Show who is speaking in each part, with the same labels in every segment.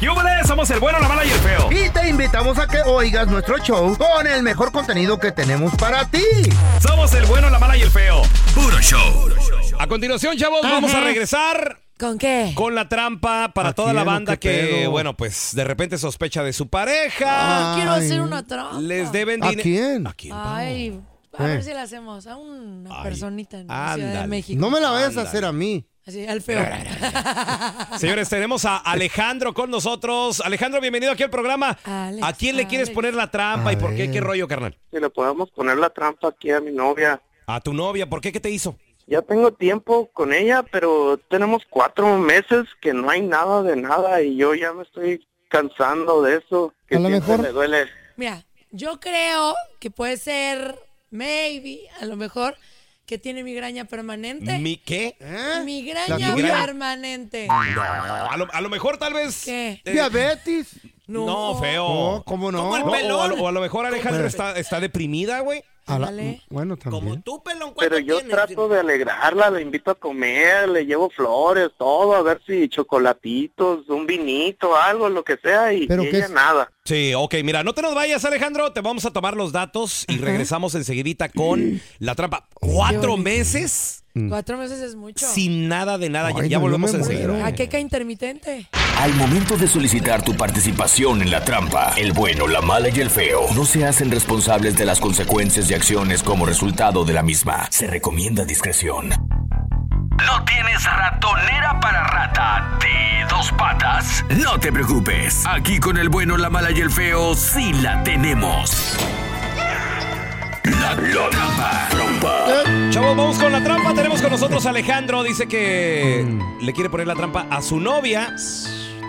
Speaker 1: ¡Yúbales! Somos el bueno, la mala y el feo.
Speaker 2: Y te invitamos a que oigas nuestro show con el mejor contenido que tenemos para ti.
Speaker 1: Somos el bueno, la mala y el feo.
Speaker 3: Puro show. A continuación, chavos, vamos a regresar
Speaker 4: ¿Con qué?
Speaker 3: con la trampa para
Speaker 2: ¿A
Speaker 3: toda la
Speaker 2: quién o
Speaker 3: banda
Speaker 2: qué
Speaker 3: que,
Speaker 2: pedo?
Speaker 3: bueno, pues de repente sospecha de su pareja.
Speaker 4: Ah, Quiero hacer
Speaker 2: Ay.
Speaker 4: una trampa.
Speaker 3: Les deben
Speaker 2: ¿A
Speaker 3: dinero.
Speaker 2: quién?
Speaker 3: Ah. ¿A quién?
Speaker 4: Ay, a ver
Speaker 2: Eh.
Speaker 4: si la hacemos a una
Speaker 3: Ay,
Speaker 4: personita en la Ciudad
Speaker 3: ándale.
Speaker 4: de México.
Speaker 2: No me la vayas a
Speaker 3: Ándale.
Speaker 2: hacer a mí.
Speaker 4: Así, al feo.
Speaker 3: Señores, tenemos a Alejandro con nosotros. Alejandro, bienvenido aquí al programa.
Speaker 4: Alex,
Speaker 3: ¿A quién le quieres
Speaker 4: Alex.
Speaker 3: poner la trampa
Speaker 2: A
Speaker 3: y por qué?
Speaker 2: ver.
Speaker 3: ¿Qué rollo, carnal?
Speaker 5: Si le podemos poner la trampa aquí a mi novia.
Speaker 3: A tu novia, ¿por qué? ¿Qué te hizo?
Speaker 5: Ya tengo tiempo con ella, pero tenemos cuatro meses que no hay nada de nada y yo ya me estoy cansando de eso. Que
Speaker 2: A lo
Speaker 5: siempre
Speaker 2: mejor-
Speaker 5: me duele.
Speaker 4: Mira, yo creo que puede ser, maybe, a lo mejor, que tiene migraña permanente.
Speaker 3: ¿Mi qué?
Speaker 2: ¿Eh?
Speaker 4: Migraña
Speaker 2: ¿La tuya?
Speaker 4: permanente.
Speaker 3: No, a lo, a lo mejor tal vez...
Speaker 4: ¿Qué?
Speaker 3: eh,
Speaker 2: Diabetes.
Speaker 3: no.
Speaker 4: No.
Speaker 3: feo.
Speaker 2: No, ¿cómo no?
Speaker 3: Como el
Speaker 2: No,
Speaker 3: pelón. O, a lo, o a lo mejor Alejandro está, está deprimida, güey.
Speaker 2: A la-
Speaker 4: Ándale.
Speaker 2: Bueno, también.
Speaker 3: tú, pelón,
Speaker 5: Pero yo trato de alegrarla, la invito a comer, le llevo flores, todo, a ver si chocolatitos, un vinito, algo, lo que sea, y,
Speaker 2: ¿Pero
Speaker 5: y
Speaker 2: qué
Speaker 5: ella
Speaker 2: es?
Speaker 5: nada.
Speaker 3: Sí, ok, mira, no te nos vayas, Alejandro. Te vamos a tomar los datos y regresamos enseguidita
Speaker 2: Mm.
Speaker 3: con la trampa. ¿Cuatro meses?
Speaker 4: Cuatro meses es mucho.
Speaker 3: Sin nada de nada. Ya-
Speaker 2: Ay,
Speaker 3: ya
Speaker 2: no, yo
Speaker 3: volvemos
Speaker 2: me
Speaker 3: enseguida.
Speaker 2: muero.
Speaker 4: ¿A qué cae intermitente?
Speaker 6: Al momento de solicitar tu participación en la trampa, el bueno, la mala y el feo no se hacen responsables de las consecuencias y acciones como resultado de la misma. Se recomienda discreción. ¿No tienes ratonera para rata de dos patas? No te preocupes. Aquí con el bueno, la mala y el feo sí la tenemos. La, la trampa.
Speaker 3: Chavos, vamos con la trampa. Tenemos con nosotros a Alejandro. Dice que
Speaker 2: Mm.
Speaker 3: le quiere poner la trampa a su novia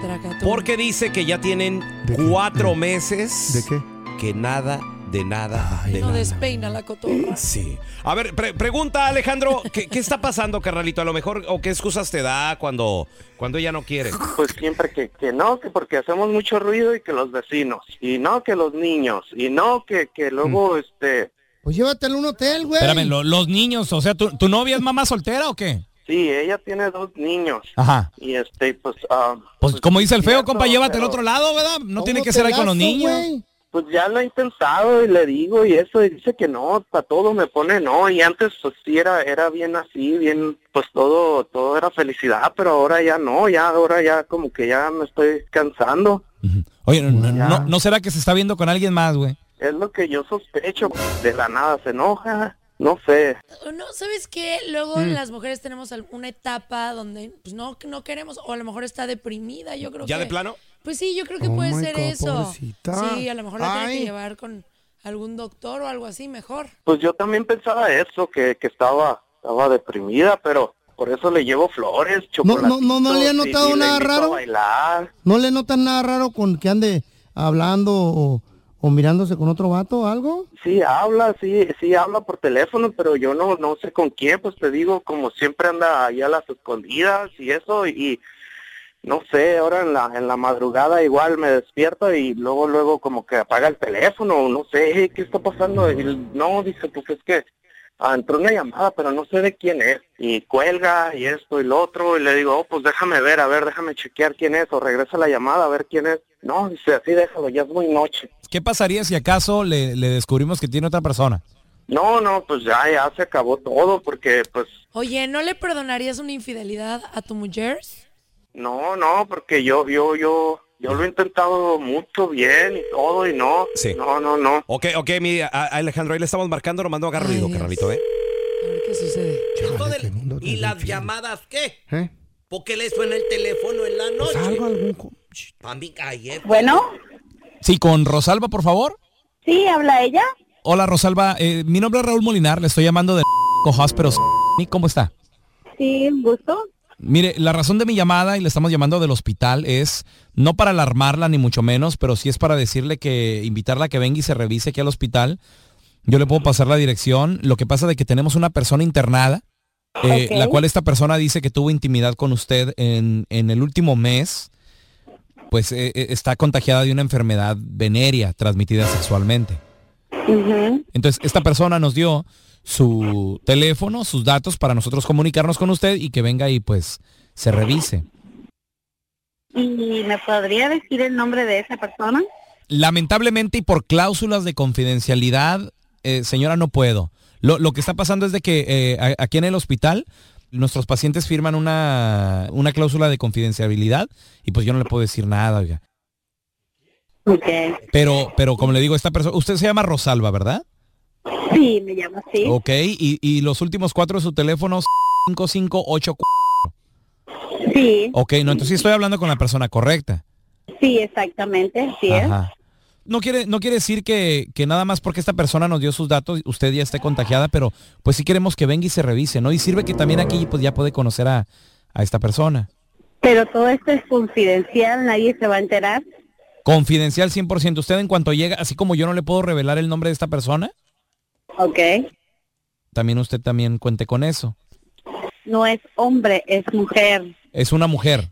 Speaker 4: Tracatón.
Speaker 3: porque dice que ya tienen
Speaker 2: ¿De qué? Mm.
Speaker 3: cuatro meses.
Speaker 2: ¿De qué?
Speaker 3: Que nada, de nada, de
Speaker 4: No
Speaker 3: nada.
Speaker 4: despeina la cotorra.
Speaker 3: Sí. A ver, pre- pregunta Alejandro, ¿qué, qué está pasando, carnalito? A lo mejor, ¿o qué excusas te da cuando, cuando ella no quiere?
Speaker 5: Pues siempre que, que no, que porque hacemos mucho ruido y que los vecinos, y no que los niños, y no que, que
Speaker 2: Mm.
Speaker 5: luego, este,
Speaker 2: Pues llévatelo a un hotel, güey.
Speaker 7: Espérame, lo- los niños, o sea, ¿tu, tu novia es mamá soltera o qué?
Speaker 5: sí, ella tiene dos niños.
Speaker 7: Ajá.
Speaker 5: Y este, pues, ah,
Speaker 7: Ah. Pues como dice el feo,
Speaker 5: cierto,
Speaker 7: compa, llévate al
Speaker 5: pero,
Speaker 7: otro lado, ¿verdad? No tiene
Speaker 2: Un
Speaker 7: que ser ahí con los
Speaker 2: hotelazo,
Speaker 7: niños.
Speaker 2: güey.
Speaker 5: Pues ya lo he pensado y le digo y eso, y dice que no, para todo me pone no. Y antes, pues sí, era, era bien así, bien, pues todo, todo era felicidad, pero ahora ya no, ya, ahora ya como que ya me estoy cansando.
Speaker 7: Ujú. Oye, no,
Speaker 5: Ya.
Speaker 7: no, ¿no será que se está viendo con alguien más, güey?
Speaker 5: Es lo que yo sospecho, de la nada se enoja, no sé.
Speaker 4: No, ¿sabes qué? Luego las mujeres tenemos alguna etapa donde pues, no, no queremos, o a lo mejor está deprimida, yo creo
Speaker 3: ¿Ya
Speaker 4: que...
Speaker 3: de plano?
Speaker 4: Pues sí, yo creo que
Speaker 2: Oh
Speaker 4: puede
Speaker 2: my
Speaker 4: ser
Speaker 2: God,
Speaker 4: eso.
Speaker 2: pobrecita.
Speaker 4: Sí, a lo mejor la tiene
Speaker 2: Ay.
Speaker 4: que llevar con algún doctor o algo así, mejor.
Speaker 5: Pues yo también pensaba eso, que, que estaba, estaba deprimida, pero por eso le llevo flores,
Speaker 2: No,
Speaker 5: chocolatitos.
Speaker 2: no, no, ¿no le ha
Speaker 5: y-
Speaker 2: notado
Speaker 5: y le
Speaker 2: nada
Speaker 5: invito a
Speaker 2: raro?
Speaker 5: bailar.
Speaker 2: ¿No le notan nada raro con que ande hablando o, o mirándose con otro vato o algo?
Speaker 5: Sí habla, sí, sí habla por teléfono, pero yo no, no sé con quién, pues te digo, como siempre anda ahí a las escondidas y eso, y no sé, ahora en la, en la madrugada igual me despierto y luego, luego como que apaga el teléfono, no sé, "Hey, ¿qué está pasando? Y no, dice, pues es que ah, entró una llamada, pero no sé de quién es, y cuelga, y esto, y lo otro, y le digo, oh, pues déjame ver, a ver, déjame chequear quién es, o regresa la llamada a ver quién es. No, dice, así déjalo, ya es muy noche.
Speaker 7: ¿Qué pasaría si acaso le, le descubrimos que tiene otra persona?
Speaker 5: No, no, pues ya, ya se acabó todo porque pues
Speaker 4: Oye, ¿no le perdonarías una infidelidad a tu mujer?
Speaker 5: no, no, porque yo, yo, yo, yo lo he intentado mucho bien y todo y no,
Speaker 3: Sí.
Speaker 5: no, no, no.
Speaker 3: Ok, ok, mi a- a Alejandro, ahí le estamos marcando, nomás no agarro
Speaker 4: Ay,
Speaker 3: ruido,
Speaker 4: Dios.
Speaker 3: carnalito, ¿eh?
Speaker 4: A ver qué sucede.
Speaker 2: ¿Y las llamadas qué? ¿Eh?
Speaker 8: Porque le suena el teléfono en la
Speaker 2: Pues
Speaker 8: noche.
Speaker 2: algo, algún... co-
Speaker 8: A mí eh. ayer.
Speaker 9: Bueno,
Speaker 7: Sí, con Rosalba, por favor.
Speaker 9: sí, habla ella.
Speaker 7: Hola, Rosalba. eh, mi nombre es Raúl Molinar, le estoy llamando de Hospitals. ¿Cómo está?
Speaker 9: Sí, un gusto.
Speaker 7: Mire, la razón de mi llamada y le estamos llamando del hospital es no para alarmarla ni mucho menos, pero sí es para decirle que invitarla a que venga y se revise aquí al hospital. Yo le puedo pasar la dirección. Lo que pasa de que tenemos una persona internada, eh,
Speaker 9: Ok.
Speaker 7: la cual esta persona dice que tuvo intimidad con usted en, en el último mes, pues eh, eh, está contagiada de una enfermedad venérea transmitida sexualmente.
Speaker 9: Ujú.
Speaker 7: Entonces, esta persona nos dio su teléfono, sus datos para nosotros comunicarnos con usted y que venga y pues se revise. ¿Y me podría decir el nombre de esa persona?
Speaker 3: Lamentablemente y por cláusulas de confidencialidad, eh, señora, no puedo. Lo, lo que está pasando es de que eh, a- aquí en el hospital nuestros pacientes firman una, una cláusula de confidencialidad y pues yo no le puedo decir nada, oiga.
Speaker 7: Ok.
Speaker 3: Pero, pero como le digo, esta persona, usted se llama Rosalba, ¿verdad?
Speaker 7: Sí, me llamo así.
Speaker 3: Ok, y, y los últimos cuatro de su teléfono, 5584.
Speaker 7: Sí,
Speaker 3: Ok, no, entonces sí estoy hablando con la persona correcta.
Speaker 7: sí, exactamente, así es.
Speaker 3: Ajá. No quiere, no quiere decir que, que nada más porque esta persona nos dio sus datos, usted ya esté contagiada, pero pues sí queremos que venga y se revise, ¿no? Y sirve que también aquí pues ya puede conocer a, a esta persona.
Speaker 7: Pero todo esto es confidencial, nadie se va a enterar.
Speaker 3: Confidencial 100%. Usted en cuanto llega, así como yo no le puedo revelar el nombre de esta persona,
Speaker 7: Ok.
Speaker 3: también usted también cuente con eso.
Speaker 7: No es hombre, es mujer.
Speaker 3: Es una mujer.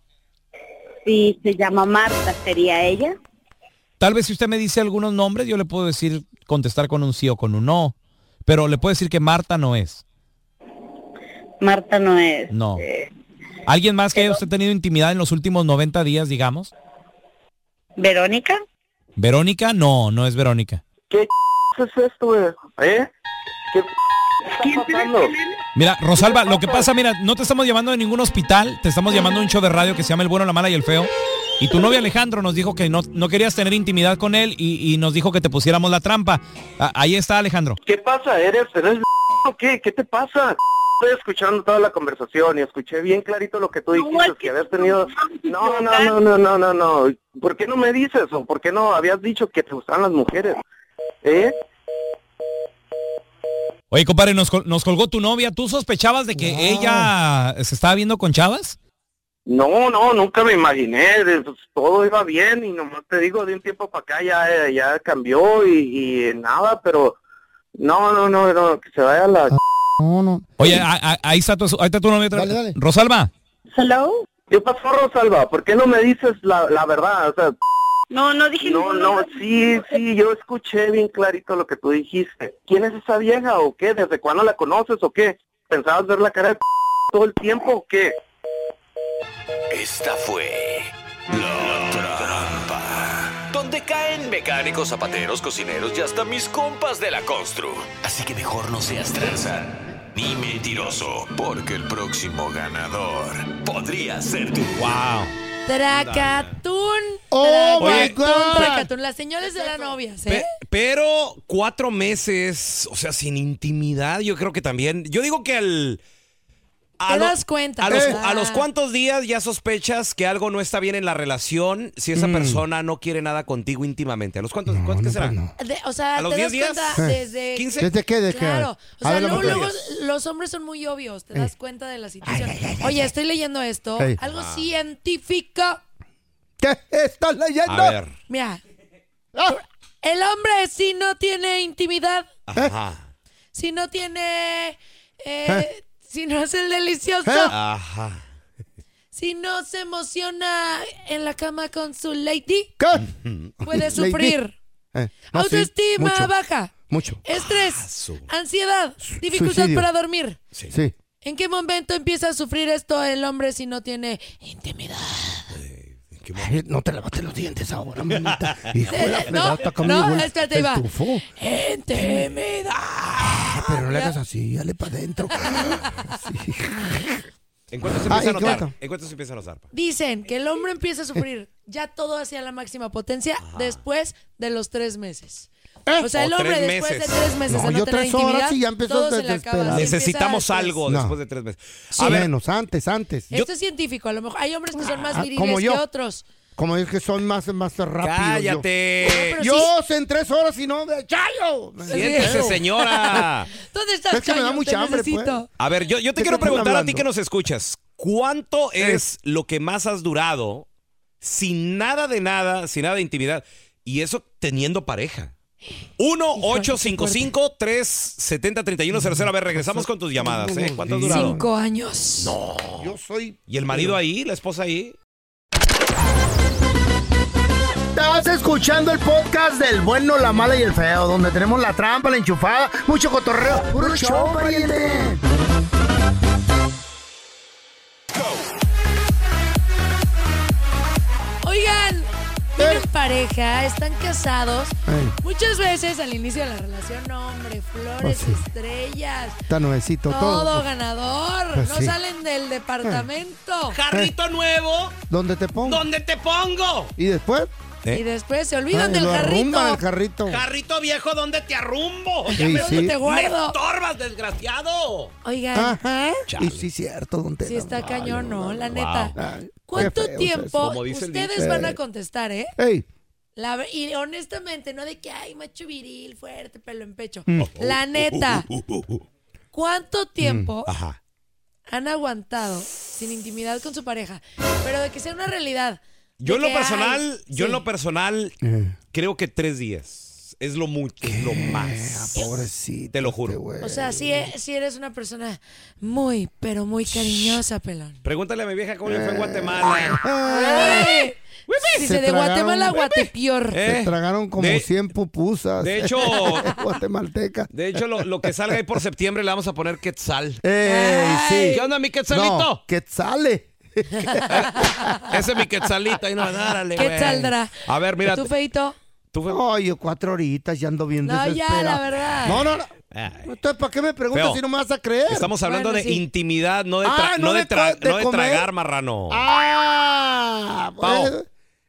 Speaker 7: Sí, se llama Marta, ¿sería ella?
Speaker 3: Tal vez si usted me dice algunos nombres, yo le puedo decir, contestar con un sí o con un no. Pero le puedo decir que Marta no es.
Speaker 7: Marta no es.
Speaker 3: No.
Speaker 7: eh,
Speaker 3: ¿Alguien más que haya usted tenido intimidad en los últimos 90 días, digamos?
Speaker 7: ¿Verónica?
Speaker 3: Verónica, no, no es Verónica.
Speaker 5: ¿Qué es esto, güey? ¿Eh? ¿Qué está pasando?
Speaker 3: Mira, Rosalba, lo que pasa, mira, no te estamos llamando de ningún hospital, te estamos llamando de un show de radio que se llama El Bueno, la Mala y el Feo. Y tu novio Alejandro nos dijo que no, no querías tener intimidad con él y, y nos dijo que te pusiéramos la trampa. A- ahí está Alejandro.
Speaker 5: ¿Qué pasa? ¿Eres, eres o qué? ¿Qué te pasa? Estoy escuchando toda la conversación y escuché bien clarito lo que tú dijiste,
Speaker 7: es
Speaker 5: que, habías tenido... No, no, no, no, no, no, no. ¿Por qué no me dices o por qué no habías dicho que te gustaban las mujeres? ¿Eh?
Speaker 3: Oye, compadre, nos, col- nos colgó tu novia. ¿Tú sospechabas de que ella se estaba viendo con chavas?
Speaker 5: No, no, nunca me imaginé, de- pues, todo iba bien y nomás te digo, de un tiempo para acá ya, eh, ya cambió y, y nada, pero no, no, no, no, que se vaya la...
Speaker 2: No, no.
Speaker 3: Oye, a- a- ahí, está tu, ahí está tu novia. otra
Speaker 2: Dale,
Speaker 3: vez.
Speaker 2: dale.
Speaker 3: Rosalba,
Speaker 7: ¿Hello?
Speaker 5: ¿Qué pasó, Rosalba? ¿Por qué no me dices la, la verdad? O sea,
Speaker 7: No, no dije
Speaker 5: no,
Speaker 7: ningún
Speaker 5: no,
Speaker 7: nombre.
Speaker 5: sí, sí, yo escuché bien clarito lo que tú dijiste. ¿Quién es esa vieja o qué? ¿Desde cuándo la conoces o qué? ¿Pensabas ver la cara de todo el tiempo o qué?
Speaker 6: Esta fue la trampa. Donde caen mecánicos, zapateros, cocineros y hasta mis compas de la constru. Así que mejor no seas tranza ni mentiroso, porque el próximo ganador podría ser tú.
Speaker 3: wow.
Speaker 4: Tracatún.
Speaker 2: Oh,
Speaker 4: tracatún,
Speaker 10: my
Speaker 2: God.
Speaker 4: Tracatún. Las señales de la novia, ¿eh?
Speaker 10: Pe- pero cuatro meses, o sea, sin intimidad, yo creo que también. Yo digo que al.
Speaker 4: Te
Speaker 10: lo-
Speaker 4: das cuenta, Ah.
Speaker 10: A los,
Speaker 4: ¿verdad?
Speaker 10: a los cuantos días ya sospechas que algo no está bien en la relación si esa persona no quiere nada contigo íntimamente. ¿A los cuantos?
Speaker 2: No,
Speaker 10: ¿Cuántos
Speaker 2: Mm. no,
Speaker 10: qué serán?
Speaker 2: pues no.
Speaker 4: De- o sea,
Speaker 10: ¿A los 10
Speaker 4: te das
Speaker 10: días?
Speaker 4: cuenta desde...
Speaker 10: ¿15?
Speaker 2: ¿Desde qué? ¿Desde qué?
Speaker 4: Claro. O
Speaker 2: A
Speaker 4: sea,
Speaker 2: ver, la
Speaker 4: luego,
Speaker 2: pantalla.
Speaker 4: luego los hombres son muy obvios. Te das cuenta de la situación. Oye, estoy leyendo esto.
Speaker 2: Ey.
Speaker 4: Algo científico.
Speaker 2: ¿Qué estás leyendo?
Speaker 10: A ver.
Speaker 4: Mira,
Speaker 2: Ah,
Speaker 4: el hombre si no tiene intimidad,
Speaker 10: Ajá.
Speaker 4: si no tiene... eh, Si no es el delicioso,
Speaker 2: ¿Eh?
Speaker 10: Ajá.
Speaker 4: si no se emociona en la cama con su lady,
Speaker 2: ¿Qué?
Speaker 4: puede
Speaker 2: Lady.
Speaker 4: sufrir.
Speaker 2: Eh, no, sí,
Speaker 4: Autoestima
Speaker 2: mucho,
Speaker 4: baja.
Speaker 2: Mucho.
Speaker 4: Estrés,
Speaker 10: su-
Speaker 4: ansiedad, dificultad
Speaker 2: Ah, Suicidio.
Speaker 4: para dormir.
Speaker 2: Sí.
Speaker 4: ¿En qué momento empieza a sufrir esto el hombre si no tiene intimidad?
Speaker 2: Ay, no te lavaste los dientes ahora, mamita. Hijo de la
Speaker 4: Eh,
Speaker 2: fregada,
Speaker 4: no,
Speaker 2: está conmigo
Speaker 4: no,
Speaker 2: el-
Speaker 4: espérate,
Speaker 2: el
Speaker 4: iba.
Speaker 2: tufo.
Speaker 4: ¡Intimidad!
Speaker 2: Ah, Pero no le hagas así, dale para adentro. Sí.
Speaker 10: ¿En cuánto se empieza
Speaker 2: Ah,
Speaker 10: a
Speaker 2: ¿en qué
Speaker 10: notar?
Speaker 2: momento?
Speaker 10: ¿En cuánto se empieza a notar? pa?
Speaker 4: Dicen que el hombre empieza a sufrir ya todo hacia la máxima potencia después de los tres meses. O sea, el
Speaker 10: O
Speaker 4: hombre
Speaker 10: tres
Speaker 4: después
Speaker 10: meses.
Speaker 4: de tres meses
Speaker 2: Eh, No,
Speaker 4: de no
Speaker 2: yo
Speaker 4: tener
Speaker 2: tres horas
Speaker 4: intimidad,
Speaker 2: y ya empiezo
Speaker 4: todo
Speaker 2: a
Speaker 4: se le acaba,
Speaker 2: desesperar.
Speaker 4: se empieza
Speaker 10: Necesitamos
Speaker 4: a-
Speaker 10: algo
Speaker 2: No.
Speaker 10: después de tres meses.
Speaker 2: Sí,
Speaker 10: A ver,
Speaker 2: menos, antes, antes.
Speaker 4: Esto es científico, a lo mejor hay hombres que son más
Speaker 2: Ah,
Speaker 4: viriles
Speaker 2: como yo.
Speaker 4: que otros.
Speaker 2: Como es que son más, más rápidos.
Speaker 10: cállate.
Speaker 4: Pero
Speaker 2: Yo, yo
Speaker 4: sí.
Speaker 2: en tres horas y no... de- ¡Chayo!
Speaker 10: Siéntese, señora.
Speaker 4: ¿Dónde estás,
Speaker 2: Es que me da
Speaker 4: Chayo?
Speaker 2: mucha
Speaker 4: Te
Speaker 2: hambre, pues.
Speaker 4: necesito.
Speaker 10: A ver, yo, yo te
Speaker 2: ¿De
Speaker 10: quiero
Speaker 2: qué están
Speaker 10: preguntar a ti
Speaker 2: hablando?
Speaker 10: que nos escuchas. ¿Cuánto es lo que más has durado sin nada de nada, sin nada de intimidad? Y eso teniendo pareja. 1-855-370-3100. A ver, regresamos con tus llamadas. ¿eh? ¿Cuánto has durado?
Speaker 4: Cinco años.
Speaker 2: Yo soy...
Speaker 10: ¿Y el marido ahí? ¿La esposa ahí?
Speaker 2: Estás escuchando el podcast del bueno, la mala y el feo, donde tenemos la trampa, la enchufada, mucho cotorreo. ¡Puro show, pariente! Eh.
Speaker 4: pareja, están casados.
Speaker 2: Ey.
Speaker 4: Muchas veces al inicio de la relación, hombre, flores,
Speaker 2: Pues sí.
Speaker 4: estrellas,
Speaker 2: Está nuevecito
Speaker 4: todo,
Speaker 2: todo.
Speaker 4: ganador.
Speaker 2: Pues
Speaker 4: no
Speaker 2: sí.
Speaker 4: salen del departamento.
Speaker 8: Jarrito nuevo,
Speaker 2: ¿Dónde te pongo?
Speaker 8: ¿dónde te pongo?
Speaker 2: Y después,
Speaker 3: ¿Eh?
Speaker 4: Y después se
Speaker 2: ay,
Speaker 4: olvidan del
Speaker 2: lo arrumban
Speaker 4: carrito.
Speaker 2: el carrito.
Speaker 8: Jarrito viejo, ¿dónde te arrumbo?
Speaker 2: Sí, sí.
Speaker 4: te
Speaker 8: ¡Me
Speaker 4: guardo?
Speaker 8: estorbas, desgraciado!
Speaker 4: Oigan,
Speaker 2: Ajá. Y sí, cierto, don Tela.
Speaker 4: si está cañón, no, la neta.
Speaker 2: Ay, qué
Speaker 4: ¿Cuánto
Speaker 2: feo es eso.
Speaker 4: tiempo
Speaker 3: Como dice el
Speaker 4: ustedes
Speaker 2: dicho.
Speaker 4: van a contestar, eh?
Speaker 2: Ey,
Speaker 4: La ve- y honestamente, no de que hay macho viril, fuerte, pelo en pecho.
Speaker 3: Mm.
Speaker 4: La neta, ¿cuánto tiempo
Speaker 3: Ajá.
Speaker 4: han aguantado sin intimidad con su pareja? Pero de que sea una realidad. de
Speaker 3: Yo en lo
Speaker 4: que, ay,
Speaker 3: personal, yo en
Speaker 4: sí.
Speaker 3: lo personal,
Speaker 2: Eh.
Speaker 3: creo que tres días. Es lo mucho, es lo más.
Speaker 2: pobrecito.
Speaker 3: Te lo
Speaker 2: este
Speaker 3: juro.
Speaker 2: güey.
Speaker 4: O sea, si eres una persona muy, pero muy cariñosa, pelón.
Speaker 3: Pregúntale a mi vieja cómo le
Speaker 2: Eh.
Speaker 3: fue en Guatemala. Ah.
Speaker 4: Ay, Si
Speaker 2: Se
Speaker 4: se de Guatemala a
Speaker 2: tragaron.
Speaker 4: Guatepior.
Speaker 2: Se
Speaker 3: Eh,
Speaker 2: tragaron como
Speaker 3: de-
Speaker 2: 100 pupusas.
Speaker 3: de hecho-
Speaker 2: Guatemalteca.
Speaker 3: De hecho, lo, lo que salga ahí por septiembre le vamos a poner quetzal.
Speaker 2: Eh. Ey, sí.
Speaker 3: ¿Qué onda, mi
Speaker 2: No,
Speaker 3: quetzalito?
Speaker 2: que sale.
Speaker 3: Ese es mi quetzalito. Ahí no, dárale,
Speaker 4: ¿Qué
Speaker 3: güey.
Speaker 4: saldrá?
Speaker 3: A ver, mira.
Speaker 4: ¿Tú, feito?
Speaker 3: tú fue-
Speaker 2: Ay, yo cuatro horitas ya ando bien
Speaker 4: Pues, No, ya,
Speaker 2: desesperado.
Speaker 4: la verdad.
Speaker 2: No, no, no.
Speaker 3: Ay.
Speaker 2: Entonces, ¿para qué me preguntas
Speaker 3: Feo.
Speaker 2: si no me vas a creer?
Speaker 3: Estamos hablando
Speaker 4: Bueno,
Speaker 3: de
Speaker 4: sí.
Speaker 3: intimidad, no de,
Speaker 2: Ah,
Speaker 3: tra-
Speaker 2: no
Speaker 3: no de
Speaker 2: de
Speaker 3: tra-
Speaker 2: co- de
Speaker 3: no de
Speaker 2: comer.
Speaker 3: tragar, marrano.
Speaker 2: ¡Ah!
Speaker 3: Pao.
Speaker 2: Eh,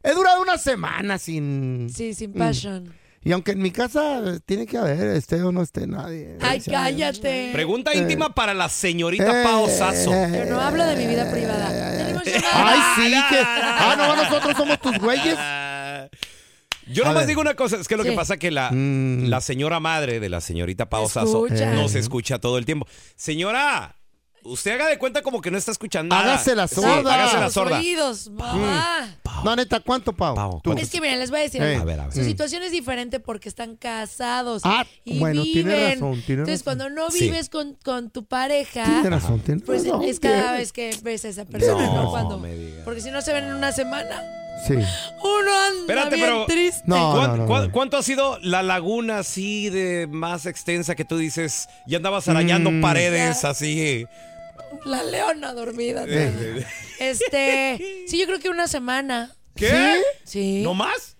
Speaker 2: He durado una semana sin...
Speaker 4: Sí,
Speaker 3: Mm.
Speaker 4: sin passion.
Speaker 2: Y aunque en mi casa eh, tiene que haber, esté o no esté nadie.
Speaker 4: Ay,
Speaker 2: O sea,
Speaker 4: cállate.
Speaker 3: Pregunta íntima para la señorita
Speaker 2: eh,
Speaker 3: Pao Sasso.
Speaker 4: Pero no hablo de mi vida privada. Tenemos
Speaker 2: Ay,
Speaker 4: llamada.
Speaker 2: sí, que... Ah, no, nosotros somos tus güeyes.
Speaker 3: Ah, Yo
Speaker 2: A
Speaker 3: nomás
Speaker 2: ver.
Speaker 3: digo una cosa, es que lo que
Speaker 4: Sí.
Speaker 3: pasa que la,
Speaker 2: Mm.
Speaker 3: la señora madre de la señorita Pao
Speaker 4: Escucha.
Speaker 3: Sasso
Speaker 4: Eh.
Speaker 3: nos escucha todo el tiempo. Señora, usted haga de cuenta como que no está escuchando nada.
Speaker 2: Hágase la
Speaker 3: Sí,
Speaker 2: sorda.
Speaker 3: hágase la
Speaker 4: Los
Speaker 3: sorda. Mm.
Speaker 4: oídos, mamá.
Speaker 2: No, neta, ¿cuánto, Pau?
Speaker 3: Pau,
Speaker 2: Tú.
Speaker 3: ¿cuánto?
Speaker 4: Es que miren, les voy a decir.
Speaker 2: Eh.
Speaker 4: algo.
Speaker 3: A ver, a ver.
Speaker 4: Su
Speaker 3: Mm.
Speaker 4: situación es diferente porque están casados.
Speaker 2: Ah,
Speaker 4: y
Speaker 2: bueno,
Speaker 4: viven.
Speaker 2: tiene razón, tiene
Speaker 4: Entonces,
Speaker 2: razón.
Speaker 4: cuando no
Speaker 3: Sí.
Speaker 4: vives con, con tu pareja,
Speaker 2: Tienes razón, tienes
Speaker 4: pues
Speaker 2: razón.
Speaker 4: es cada vez que ves a esa persona.
Speaker 3: No,
Speaker 4: No, cuando.
Speaker 3: me digas.
Speaker 4: Porque si no se ven en una semana,
Speaker 2: Sí.
Speaker 4: uno anda
Speaker 3: Espérate,
Speaker 4: bien
Speaker 3: pero-
Speaker 4: triste.
Speaker 2: No,
Speaker 3: ¿Cuán-
Speaker 2: Oh, no, no,
Speaker 3: cuán-
Speaker 2: no.
Speaker 3: ¿Cuánto ha sido la laguna así de más extensa que tú dices? Ya andabas arañando
Speaker 2: Mm.
Speaker 3: paredes así.
Speaker 4: La leona dormida.
Speaker 3: Eh.
Speaker 4: todavía. Este. Sí, yo creo que una semana.
Speaker 3: ¿Qué?
Speaker 4: Sí.
Speaker 3: ¿No más?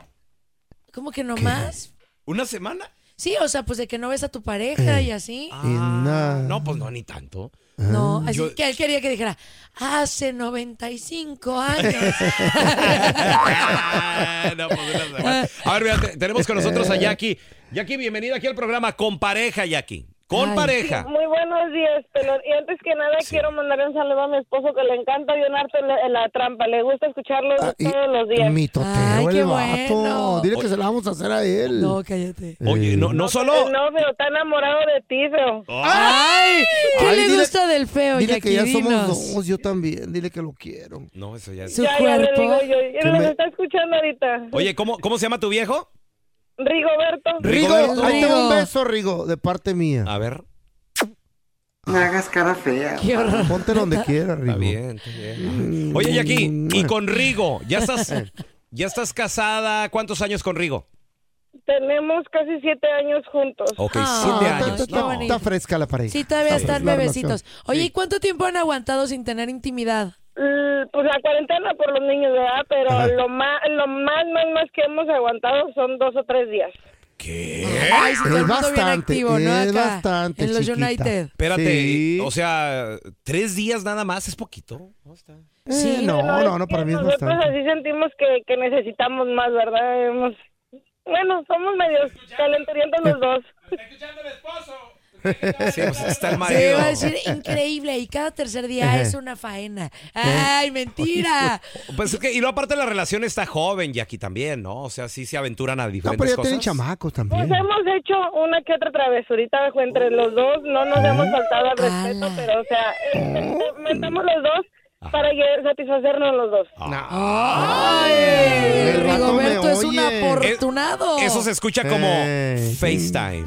Speaker 4: ¿Cómo que no más?
Speaker 3: ¿Una semana?
Speaker 4: Sí, o sea, pues de que no ves a tu pareja
Speaker 2: Eh.
Speaker 4: y así.
Speaker 3: Ah,
Speaker 2: nada.
Speaker 3: no, pues no, ni tanto.
Speaker 2: Ah.
Speaker 4: no, así
Speaker 3: yo-
Speaker 4: que él quería que dijera, hace 95 años.
Speaker 3: Ah, no, pues una semana. A ver, mira, te- tenemos con nosotros a Jackie. Jackie, bienvenida aquí al programa con pareja, Jackie. Con
Speaker 4: Ay.
Speaker 3: pareja.
Speaker 11: Muy buenos días, pelón. Y antes que nada quiero mandar un saludo a mi esposo que le encanta llenarte en la, en la trampa. Le gusta escucharlo
Speaker 2: Ah, y-
Speaker 11: todos los días.
Speaker 2: Mitoteo
Speaker 4: Ay, qué
Speaker 2: el vato.
Speaker 4: bueno.
Speaker 2: Dile que se la vamos a hacer a él.
Speaker 4: no, cállate.
Speaker 3: Oye, no, no solo.
Speaker 11: No, pero está enamorado de ti, feo.
Speaker 4: ¡Ay! ¿Qué
Speaker 2: Ay,
Speaker 4: le
Speaker 2: dile-
Speaker 4: gusta del feo,
Speaker 2: Dile
Speaker 4: Jackie?
Speaker 2: que ya somos
Speaker 4: Dinos.
Speaker 2: dos, yo también. Dile que lo quiero.
Speaker 3: No, eso ya es.
Speaker 4: Su
Speaker 11: Ya, ya le
Speaker 4: cuerpo.
Speaker 11: digo yo. Él
Speaker 2: Que
Speaker 11: nos
Speaker 2: me-
Speaker 11: está escuchando ahorita.
Speaker 3: Oye, ¿cómo, ¿cómo se llama tu viejo?
Speaker 11: Rigoberto.
Speaker 2: Rigo,
Speaker 3: Rigoberto.
Speaker 2: ahí te va un
Speaker 4: Rigo.
Speaker 2: beso, Rigo, de parte mía.
Speaker 3: A ver.
Speaker 4: Qué horror.
Speaker 2: Ponte donde quieras, Rigo.
Speaker 3: Ah. Está bien, está bien. Oye,
Speaker 4: Mm,
Speaker 3: Jackie, y con Rigo, ya estás, ya estás casada. ¿Cuántos años con Rigo?
Speaker 11: Tenemos casi siete años juntos.
Speaker 3: Ok,
Speaker 4: Ah,
Speaker 2: Ah,
Speaker 3: siete
Speaker 2: está-
Speaker 4: Ay,
Speaker 3: años.
Speaker 2: Está,
Speaker 4: qué
Speaker 2: está-
Speaker 4: bonito.
Speaker 2: está fresca la pareja.
Speaker 4: Sí, todavía
Speaker 2: Está
Speaker 4: están
Speaker 2: fresca la
Speaker 4: bebecitos.
Speaker 2: relación.
Speaker 4: Oye, ¿y cuánto tiempo han aguantado sin tener intimidad?
Speaker 11: L- Pues la cuarentena por los niños, ¿verdad? Pero lo más, lo más, más, más que hemos aguantado son dos o tres días.
Speaker 4: Ay, sí, todo
Speaker 2: Eh, Es
Speaker 4: el mundo bien
Speaker 2: bastante, eh,
Speaker 4: activo, ¿no?
Speaker 2: es
Speaker 4: Acá,
Speaker 2: bastante,
Speaker 4: En los
Speaker 2: chiquita.
Speaker 4: United.
Speaker 3: Espérate,
Speaker 2: Sí.
Speaker 3: o sea, tres días nada más es poquito.
Speaker 2: Eh,
Speaker 4: Sí,
Speaker 2: no,
Speaker 11: es
Speaker 2: no, no,
Speaker 11: que
Speaker 2: para mí es
Speaker 11: Nosotros
Speaker 2: bastante.
Speaker 11: así sentimos que, que necesitamos más, ¿verdad? Hemos- Bueno, somos medios calenturientos los dos.
Speaker 3: Sí, pues está el
Speaker 4: Sí,
Speaker 3: marido.
Speaker 4: iba a decir increíble y cada tercer día
Speaker 2: Ajá.
Speaker 4: es una faena. ¡Ay, mentira!
Speaker 3: Pues es que, y luego aparte la relación está joven, Jackie también, ¿no? O sea, sí se aventuran a
Speaker 2: No,
Speaker 3: diferentes
Speaker 2: Ah, pero ya
Speaker 3: cosas.
Speaker 2: tienen chamacos
Speaker 11: Pues
Speaker 2: también.
Speaker 11: hemos hecho una que otra travesurita
Speaker 3: Oh.
Speaker 11: entre los dos. No nos hemos
Speaker 3: Ah.
Speaker 11: faltado al respeto,
Speaker 4: Ala.
Speaker 11: pero o sea, eh,
Speaker 3: Oh.
Speaker 11: metamos los dos
Speaker 3: Ah.
Speaker 11: para que- satisfacernos los dos.
Speaker 4: ¡Ay!
Speaker 2: El vato me
Speaker 4: Rigoberto es un
Speaker 2: oye.
Speaker 4: afortunado.
Speaker 3: Eso se escucha como
Speaker 2: Eh.
Speaker 3: FaceTime.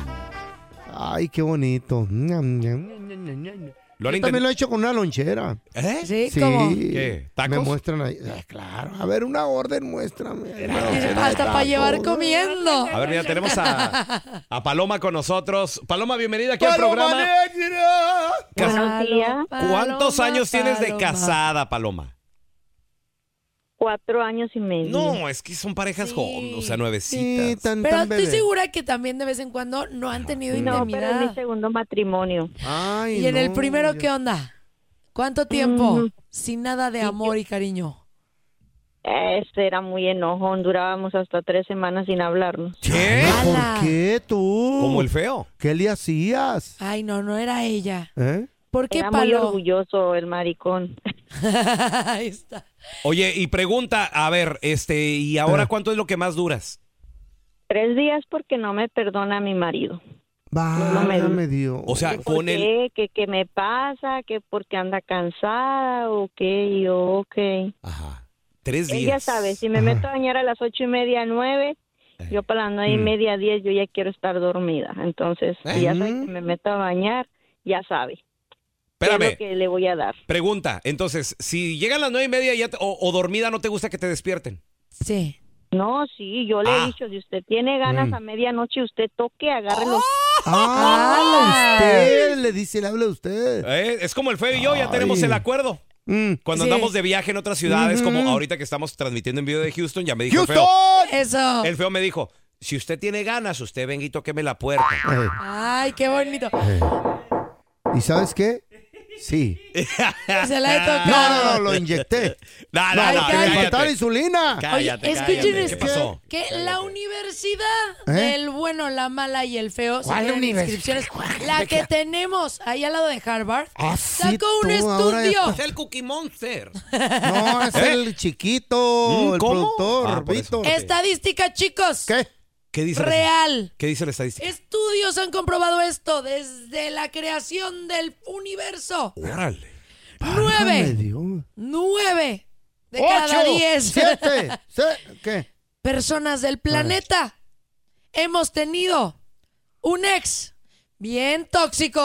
Speaker 2: Ay, qué bonito. Ñam, ñam, ñam, ñam, ñam.
Speaker 3: ¿Lo han
Speaker 2: Yo
Speaker 3: intentado?
Speaker 2: también lo he hecho con una lonchera.
Speaker 3: ¿Eh?
Speaker 4: Sí, como.
Speaker 3: ¿Qué? ¿Tacos?
Speaker 2: Me muestran ahí. Ah, claro. A ver, una orden, muéstrame.
Speaker 4: Hasta para llevar comiendo.
Speaker 3: A ver, mira, tenemos a, a Paloma con nosotros. Paloma, bienvenida aquí al
Speaker 2: ¡Paloma
Speaker 3: programa.
Speaker 2: negra!
Speaker 3: Cas-
Speaker 4: Paloma,
Speaker 3: ¿Cuántos
Speaker 4: Paloma,
Speaker 3: años tienes de
Speaker 4: Paloma.
Speaker 3: casada, Paloma?
Speaker 12: cuatro años y medio.
Speaker 3: No, es que son parejas
Speaker 12: Sí.
Speaker 3: jóvenes, o sea, nuevecitas.
Speaker 4: Pero estoy segura que también de vez en cuando no han tenido
Speaker 12: No, pero es
Speaker 4: intimidad.
Speaker 12: mi segundo matrimonio.
Speaker 4: y en el primero, ¿qué onda? ¿Cuánto tiempo? Sin nada de amor y cariño.
Speaker 12: Este era muy enojón, durábamos hasta tres semanas sin hablarnos.
Speaker 3: ¿Eh?
Speaker 2: ¿Por qué tú?
Speaker 3: Como el feo.
Speaker 2: ¿Qué le hacías?
Speaker 4: Ay, no, no era ella.
Speaker 2: ¿Eh?
Speaker 4: ¿Por qué
Speaker 12: era muy
Speaker 4: palo?
Speaker 12: orgulloso el maricón.
Speaker 4: Ahí está.
Speaker 3: Oye, y pregunta, a ver, este, ¿y
Speaker 12: Ah.
Speaker 3: ahora cuánto es lo que más duras?
Speaker 12: Tres días porque no me perdona mi marido.
Speaker 2: Válgame Dios.
Speaker 3: O sea,
Speaker 12: ¿Por
Speaker 3: con el...
Speaker 12: qué? ¿Qué, qué me pasa? ¿Que porque anda cansada o qué? Y Yo, ok.
Speaker 3: Tres días.
Speaker 12: Ella sabe, Pues si me
Speaker 3: Ajá.
Speaker 12: meto a bañar a las ocho y media, nueve, yo para las nueve y
Speaker 3: Mm.
Speaker 12: media, diez, yo ya quiero estar dormida. Entonces, si ya sabe
Speaker 3: Mm.
Speaker 12: que me meto a bañar, ya sabe. qué es lo
Speaker 3: Espérame,
Speaker 12: que le voy a dar.
Speaker 3: pregunta. Entonces, si llegan las nueve y media ya te- o, o dormida, ¿no te gusta que te despierten?
Speaker 4: Sí.
Speaker 12: No, sí, yo le
Speaker 3: Ah. Mm.
Speaker 12: he dicho, si usted tiene ganas a medianoche, usted toque, agarre los...
Speaker 13: ¡Oh!
Speaker 4: Oh.
Speaker 2: Ah, usted le dice, le habla a usted. Mm.
Speaker 3: Eh, Es como el feo y yo, ya tenemos el acuerdo. Cuando
Speaker 2: Sí.
Speaker 3: andamos de viaje en otras ciudades, como
Speaker 2: Ujú.
Speaker 3: ahorita que estamos transmitiendo en vivo de Houston, ya me dijo el
Speaker 4: Eso.
Speaker 3: feo. El feo me dijo, si usted tiene ganas, usted venga y toqueme la puerta.
Speaker 4: Ay, qué bonito.
Speaker 2: ¿Y sabes qué? Sí.
Speaker 4: Se la he tocado.
Speaker 2: No, no, no, lo inyecté.
Speaker 3: No,
Speaker 4: no, no,
Speaker 2: porque le
Speaker 4: cállate.
Speaker 2: faltaba insulina.
Speaker 4: Oye, escuchen
Speaker 3: ¿Qué
Speaker 4: esto,
Speaker 3: pasó?
Speaker 4: que la universidad
Speaker 2: ¿Eh?
Speaker 4: del bueno, la mala y el feo,
Speaker 2: ¿Cuál
Speaker 4: señoras,
Speaker 2: univers-
Speaker 4: inscripciones, la que tenemos ahí al lado de Harvard,
Speaker 2: Ah, sí,
Speaker 4: sacó un
Speaker 2: tú, ahora ya
Speaker 4: estudio.
Speaker 2: está-
Speaker 3: el Cookie Monster.
Speaker 2: No, es
Speaker 3: ¿Eh? Mm,
Speaker 2: el chiquito, el
Speaker 3: ¿Cómo?
Speaker 2: productor,
Speaker 3: Ah, por eso.
Speaker 2: Vito.
Speaker 4: Estadística, chicos,
Speaker 2: ¿Qué?
Speaker 3: ¿Qué dice la-
Speaker 4: real.
Speaker 3: ¿Qué dice la estadística?
Speaker 4: Estudios han comprobado esto desde la creación del universo.
Speaker 3: Órale.
Speaker 2: Válgame
Speaker 4: Nueve,
Speaker 2: Dios.
Speaker 4: nueve de
Speaker 2: Ocho,
Speaker 4: cada diez
Speaker 2: Siete, se- ¿qué?
Speaker 4: personas del planeta hemos tenido un ex bien tóxico.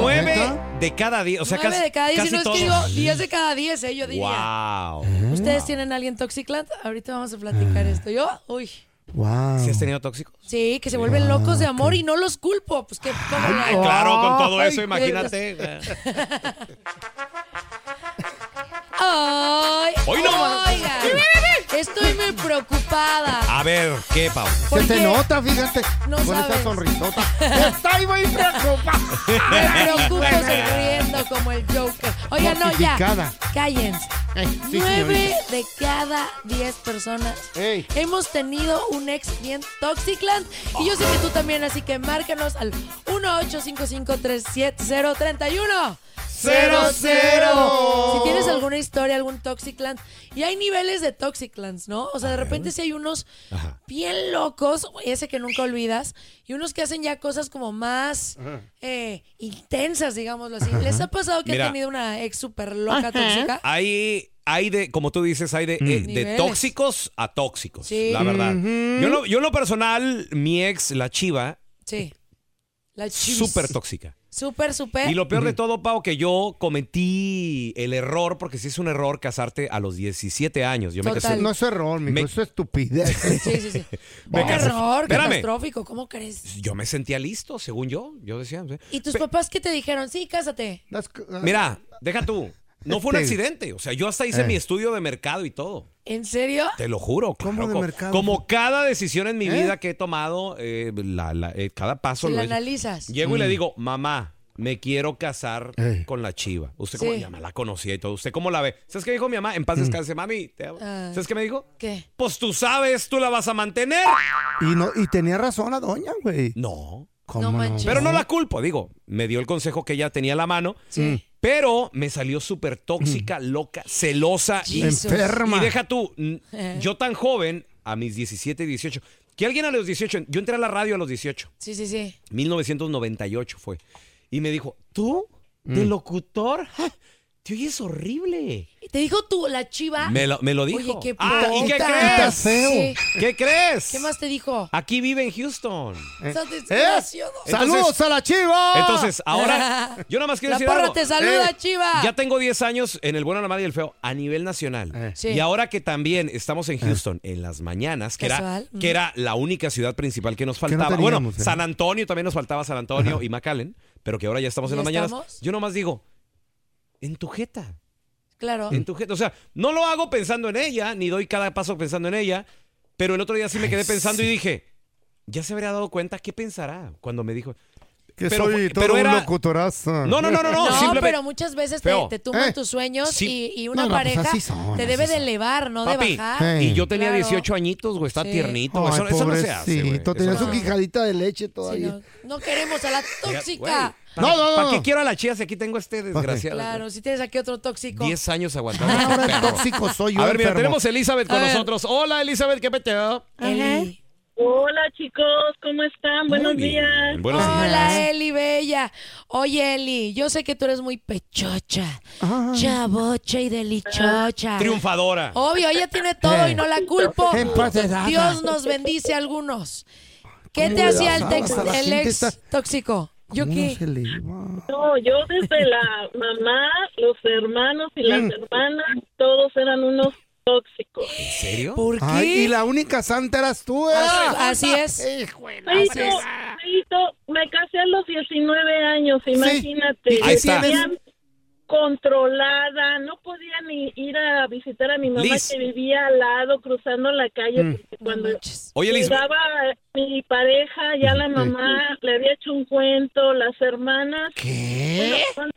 Speaker 3: Nueve de cada diez. O sea,
Speaker 4: Nueve
Speaker 3: casi,
Speaker 4: de cada diez,
Speaker 3: casi
Speaker 4: y no es
Speaker 3: todos.
Speaker 4: que digo 10 de cada 10, eh, yo diría.
Speaker 3: Wow.
Speaker 4: ¿Ustedes tienen a alguien Toxicland? Ahorita vamos a
Speaker 3: Ah.
Speaker 4: platicar esto. Yo, uy.
Speaker 2: Wow.
Speaker 3: ¿Sí has tenido tóxicos?
Speaker 4: Sí, que se vuelven locos de amor y no los culpo. Pues que, ¿cómo le hago?
Speaker 3: Ah, Claro, con todo
Speaker 2: Ay,
Speaker 3: eso,
Speaker 2: qué-
Speaker 3: imagínate.
Speaker 4: Ay,
Speaker 3: Hoy no.
Speaker 4: oigan, estoy muy preocupada.
Speaker 3: A ver, ¿qué, Pau?
Speaker 2: Se
Speaker 4: ¿Por
Speaker 2: te
Speaker 4: qué?
Speaker 2: nota, fíjate.
Speaker 4: No
Speaker 2: con
Speaker 4: sabes.
Speaker 2: esa sonrisota. Estoy muy preocupado.
Speaker 4: Me preocupo sonriendo como el Joker. Oigan, no, ya.
Speaker 2: Mortificada.
Speaker 4: Cállense.
Speaker 2: Ey, sí,
Speaker 4: Nueve
Speaker 2: señorita.
Speaker 4: de cada diez personas
Speaker 2: Ey.
Speaker 4: hemos tenido un ex bien Toxicland. Y yo sé que tú también, así que márcanos al 185537031.
Speaker 2: Cero, cero.
Speaker 4: Si tienes alguna historia, algún Toxicland. Y hay niveles de Toxiclands, ¿no? O sea, de repente si hay unos bien locos, ese que nunca olvidas, y unos que hacen ya cosas como más eh, intensas, digámoslo así. ¿Les ha pasado que
Speaker 3: Mira.
Speaker 4: han tenido una ex súper loca tóxica?
Speaker 3: Hay, hay de, como tú dices, hay de, eh, de
Speaker 4: Niveles.
Speaker 3: tóxicos a tóxicos,
Speaker 4: Sí.
Speaker 3: la verdad. yo, en lo, yo en lo personal, mi ex, la chiva,
Speaker 4: Sí. La chivis.
Speaker 3: súper tóxica.
Speaker 4: Súper, súper.
Speaker 3: Y lo peor de todo, Pau, que yo cometí el error, porque sí es un error casarte a los 17 años. Yo me casé.
Speaker 4: Total.
Speaker 2: No es error, mijo,
Speaker 3: Me-
Speaker 2: eso es estupidez.
Speaker 4: Sí, sí, sí.
Speaker 3: Me
Speaker 4: Un
Speaker 3: casé-
Speaker 4: error
Speaker 3: Espérame.
Speaker 4: catastrófico, ¿cómo crees?
Speaker 3: Yo me sentía listo, según yo. Yo decía. sí.
Speaker 4: ¿Y tus
Speaker 3: Pe-
Speaker 4: papás qué te dijeron? Sí, cásate.
Speaker 2: Las-
Speaker 3: Mira, deja tú. No fue un
Speaker 2: Este-
Speaker 3: accidente. O sea, yo hasta hice
Speaker 2: Eh.
Speaker 3: mi estudio de mercado y todo.
Speaker 4: ¿En serio?
Speaker 3: Te lo juro.
Speaker 2: ¿Cómo
Speaker 3: claro,
Speaker 2: de
Speaker 3: co-
Speaker 2: mercado?
Speaker 3: Como cada decisión en mi
Speaker 2: ¿Eh?
Speaker 3: vida que he tomado, eh, la- la- eh, cada paso
Speaker 4: ¿La
Speaker 3: lo he hecho.
Speaker 4: analizas?
Speaker 3: Llego
Speaker 2: Mm.
Speaker 3: y le digo, mamá, me quiero casar
Speaker 2: Ey.
Speaker 3: con la chiva. Usted como
Speaker 4: Sí.
Speaker 3: ya me la conocía y todo. ¿Usted cómo la ve? ¿Sabes qué dijo mi mamá? En
Speaker 2: Mm.
Speaker 3: paz descanse, mami. te amo".
Speaker 4: Ah.
Speaker 3: ¿Sabes qué me dijo?
Speaker 4: ¿Qué?
Speaker 3: Pues tú sabes, tú la vas a mantener.
Speaker 2: Y, no, y tenía razón la doña, güey.
Speaker 3: No.
Speaker 2: ¿Cómo
Speaker 4: manches.
Speaker 3: Pero no la culpo, digo. Me dio el consejo que ella tenía a la mano.
Speaker 4: Sí.
Speaker 3: Pero me salió súper tóxica, loca, celosa y
Speaker 4: Jesus.
Speaker 2: Enferma.
Speaker 3: Y deja tú, n-
Speaker 4: Eh.
Speaker 3: yo tan joven, a mis 17, 18, que alguien a los 18, yo entré a la radio a los 18,
Speaker 4: Sí, sí, sí.
Speaker 3: 1998 fue, y me dijo, ¿tú? ¿De locutor? Ja, Te oyes horrible.
Speaker 4: ¿Y ¿Te dijo tú, la chiva?
Speaker 3: Me lo, me lo dijo.
Speaker 4: Oye, qué
Speaker 3: ah, ¿y qué
Speaker 4: puta.
Speaker 3: crees?
Speaker 2: Está feo.
Speaker 4: Sí.
Speaker 3: ¿Qué crees?
Speaker 4: ¿Qué más te dijo?
Speaker 3: Aquí vive en Houston.
Speaker 4: Estás desgraciado.
Speaker 2: ¡Saludos a la chiva!
Speaker 3: eh. Entonces, ahora, yo nada más quiero
Speaker 4: La
Speaker 3: decir
Speaker 4: porra
Speaker 3: algo.
Speaker 4: te saluda,
Speaker 2: Eh,
Speaker 4: chiva.
Speaker 3: Ya tengo 10 años en el bueno, la mala y el feo a nivel nacional.
Speaker 2: Eh.
Speaker 4: Sí.
Speaker 3: Y ahora que también estamos en Houston en las mañanas, que, era,
Speaker 4: Casual, mm.
Speaker 3: que era la única ciudad principal que nos faltaba.
Speaker 2: teníamos,
Speaker 3: bueno,
Speaker 2: eh.
Speaker 3: San Antonio también nos faltaba San Antonio y McAllen, pero que ahora ya estamos en
Speaker 4: ¿Ya
Speaker 3: las mañanas.
Speaker 4: estamos?
Speaker 3: Yo nomás digo, en tu jeta.
Speaker 4: Claro.
Speaker 3: en tu gente. O sea, no lo hago pensando en ella, ni doy cada paso pensando en ella, pero el otro día sí me quedé pensando y dije, ya se habría dado cuenta qué pensará cuando me dijo.
Speaker 14: Que
Speaker 3: Pero
Speaker 14: soy
Speaker 3: fue-
Speaker 14: todo
Speaker 3: pero
Speaker 14: un
Speaker 3: era-
Speaker 14: locutorazo.
Speaker 3: No, no, no, no, no, simplemente-
Speaker 4: pero muchas veces te,
Speaker 3: Feo.
Speaker 4: te tumban
Speaker 3: Eh.
Speaker 4: tus sueños
Speaker 3: Sí.
Speaker 4: y, y una
Speaker 3: No, no, pues
Speaker 4: pareja
Speaker 3: así son,
Speaker 4: te
Speaker 3: así
Speaker 4: debe de elevar, no
Speaker 3: Papi,
Speaker 4: de bajar.
Speaker 3: y yo tenía
Speaker 4: Claro.
Speaker 3: 18 añitos, güey, está
Speaker 4: Sí.
Speaker 3: tiernito.
Speaker 14: Ay,
Speaker 3: eso, eso no se hace, güey.
Speaker 14: pobrecito,
Speaker 3: Eso
Speaker 14: tenía
Speaker 3: no
Speaker 14: su
Speaker 3: se hace.
Speaker 2: Quijadita de leche todavía.
Speaker 4: No queremos a la tóxica.
Speaker 3: ¿Para,
Speaker 2: No, no,
Speaker 3: ¿Para
Speaker 2: no.
Speaker 3: qué quiero a la chía si aquí tengo a este desgraciado?
Speaker 4: Claro, si tienes aquí otro tóxico.
Speaker 3: 10 años aguantando.
Speaker 4: Ahora
Speaker 3: perro.
Speaker 4: tóxico soy
Speaker 14: yo,
Speaker 3: A ver, mira,
Speaker 14: enfermo.
Speaker 3: tenemos a Elizabeth con
Speaker 14: A ver.
Speaker 3: nosotros. Hola, Elizabeth, ¿qué peteo?
Speaker 13: Hola chicos, ¿cómo están? Buenos días.
Speaker 3: Buenos
Speaker 4: Hola, Eli Bella. Oye, Eli, yo sé que tú eres muy pechocha, chavocha y delichocha.
Speaker 3: Triunfadora.
Speaker 4: Obvio, ella tiene todo
Speaker 3: Eh.
Speaker 4: y no la culpo.
Speaker 3: En paz de nada.
Speaker 4: Dios nos bendice a algunos. ¿Qué te
Speaker 2: ¿Cómo
Speaker 4: hacía
Speaker 2: le
Speaker 4: el, tex-
Speaker 2: dabas a la
Speaker 4: el
Speaker 2: gente
Speaker 4: ex
Speaker 2: esta-
Speaker 4: tóxico? ¿Yo
Speaker 2: ¿Cómo
Speaker 4: qué?
Speaker 2: se le iba?
Speaker 13: No, yo desde la mamá, los hermanos y
Speaker 3: Mm.
Speaker 13: las hermanas, todos eran unos tóxicos.
Speaker 3: ¿En serio?
Speaker 2: ¿Por
Speaker 14: qué? y la única santa eras tú, ¿eh?
Speaker 4: Ah, Así es.
Speaker 13: Feito,
Speaker 4: así es.
Speaker 13: feito, me casé a los 19 años, imagínate.
Speaker 14: ¿Y qué Ahí está.
Speaker 13: Vivía
Speaker 14: tienes?
Speaker 13: controlada, no podía ni ir a visitar a mi mamá
Speaker 3: Liz.
Speaker 13: que vivía al lado cruzando la calle
Speaker 3: Mm.
Speaker 13: porque cuando
Speaker 3: Oye, Liz.
Speaker 13: llegaba mi pareja, ya la mamá le había hecho un cuento, las hermanas. ¿Qué? con,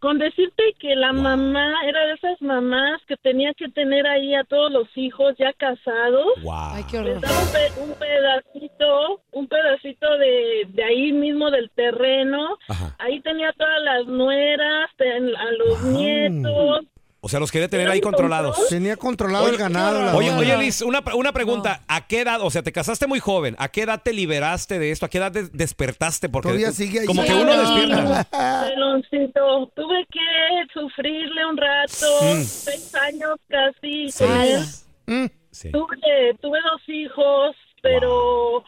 Speaker 13: con decirte que la mamá era de esas mamás que tenía que tener ahí a todos los hijos ya casados.
Speaker 4: Ay, qué horror.
Speaker 13: Les daba un, pe- un pedacito, un pedacito de, de ahí mismo del terreno. Ahí tenía todas las nueras, ten- a los nietos.
Speaker 3: O sea, los quería tener ahí controlados.
Speaker 14: Tenía controlado el ganado. la
Speaker 3: Oye,
Speaker 14: dona.
Speaker 3: oye, Liz, una, pre- una pregunta. ¿A qué edad, o sea, te casaste muy joven, ¿a qué edad te liberaste de esto? ¿A qué edad des- despertaste? Porque
Speaker 14: Todavía sigue ahí.
Speaker 3: como que
Speaker 14: Sí.
Speaker 3: uno despierta.
Speaker 13: Peloncito, tuve que sufrirle un rato,
Speaker 3: Mm.
Speaker 13: seis años casi.
Speaker 3: Sí.
Speaker 13: con él.
Speaker 3: Sí.
Speaker 13: Tuve, tuve dos hijos, pero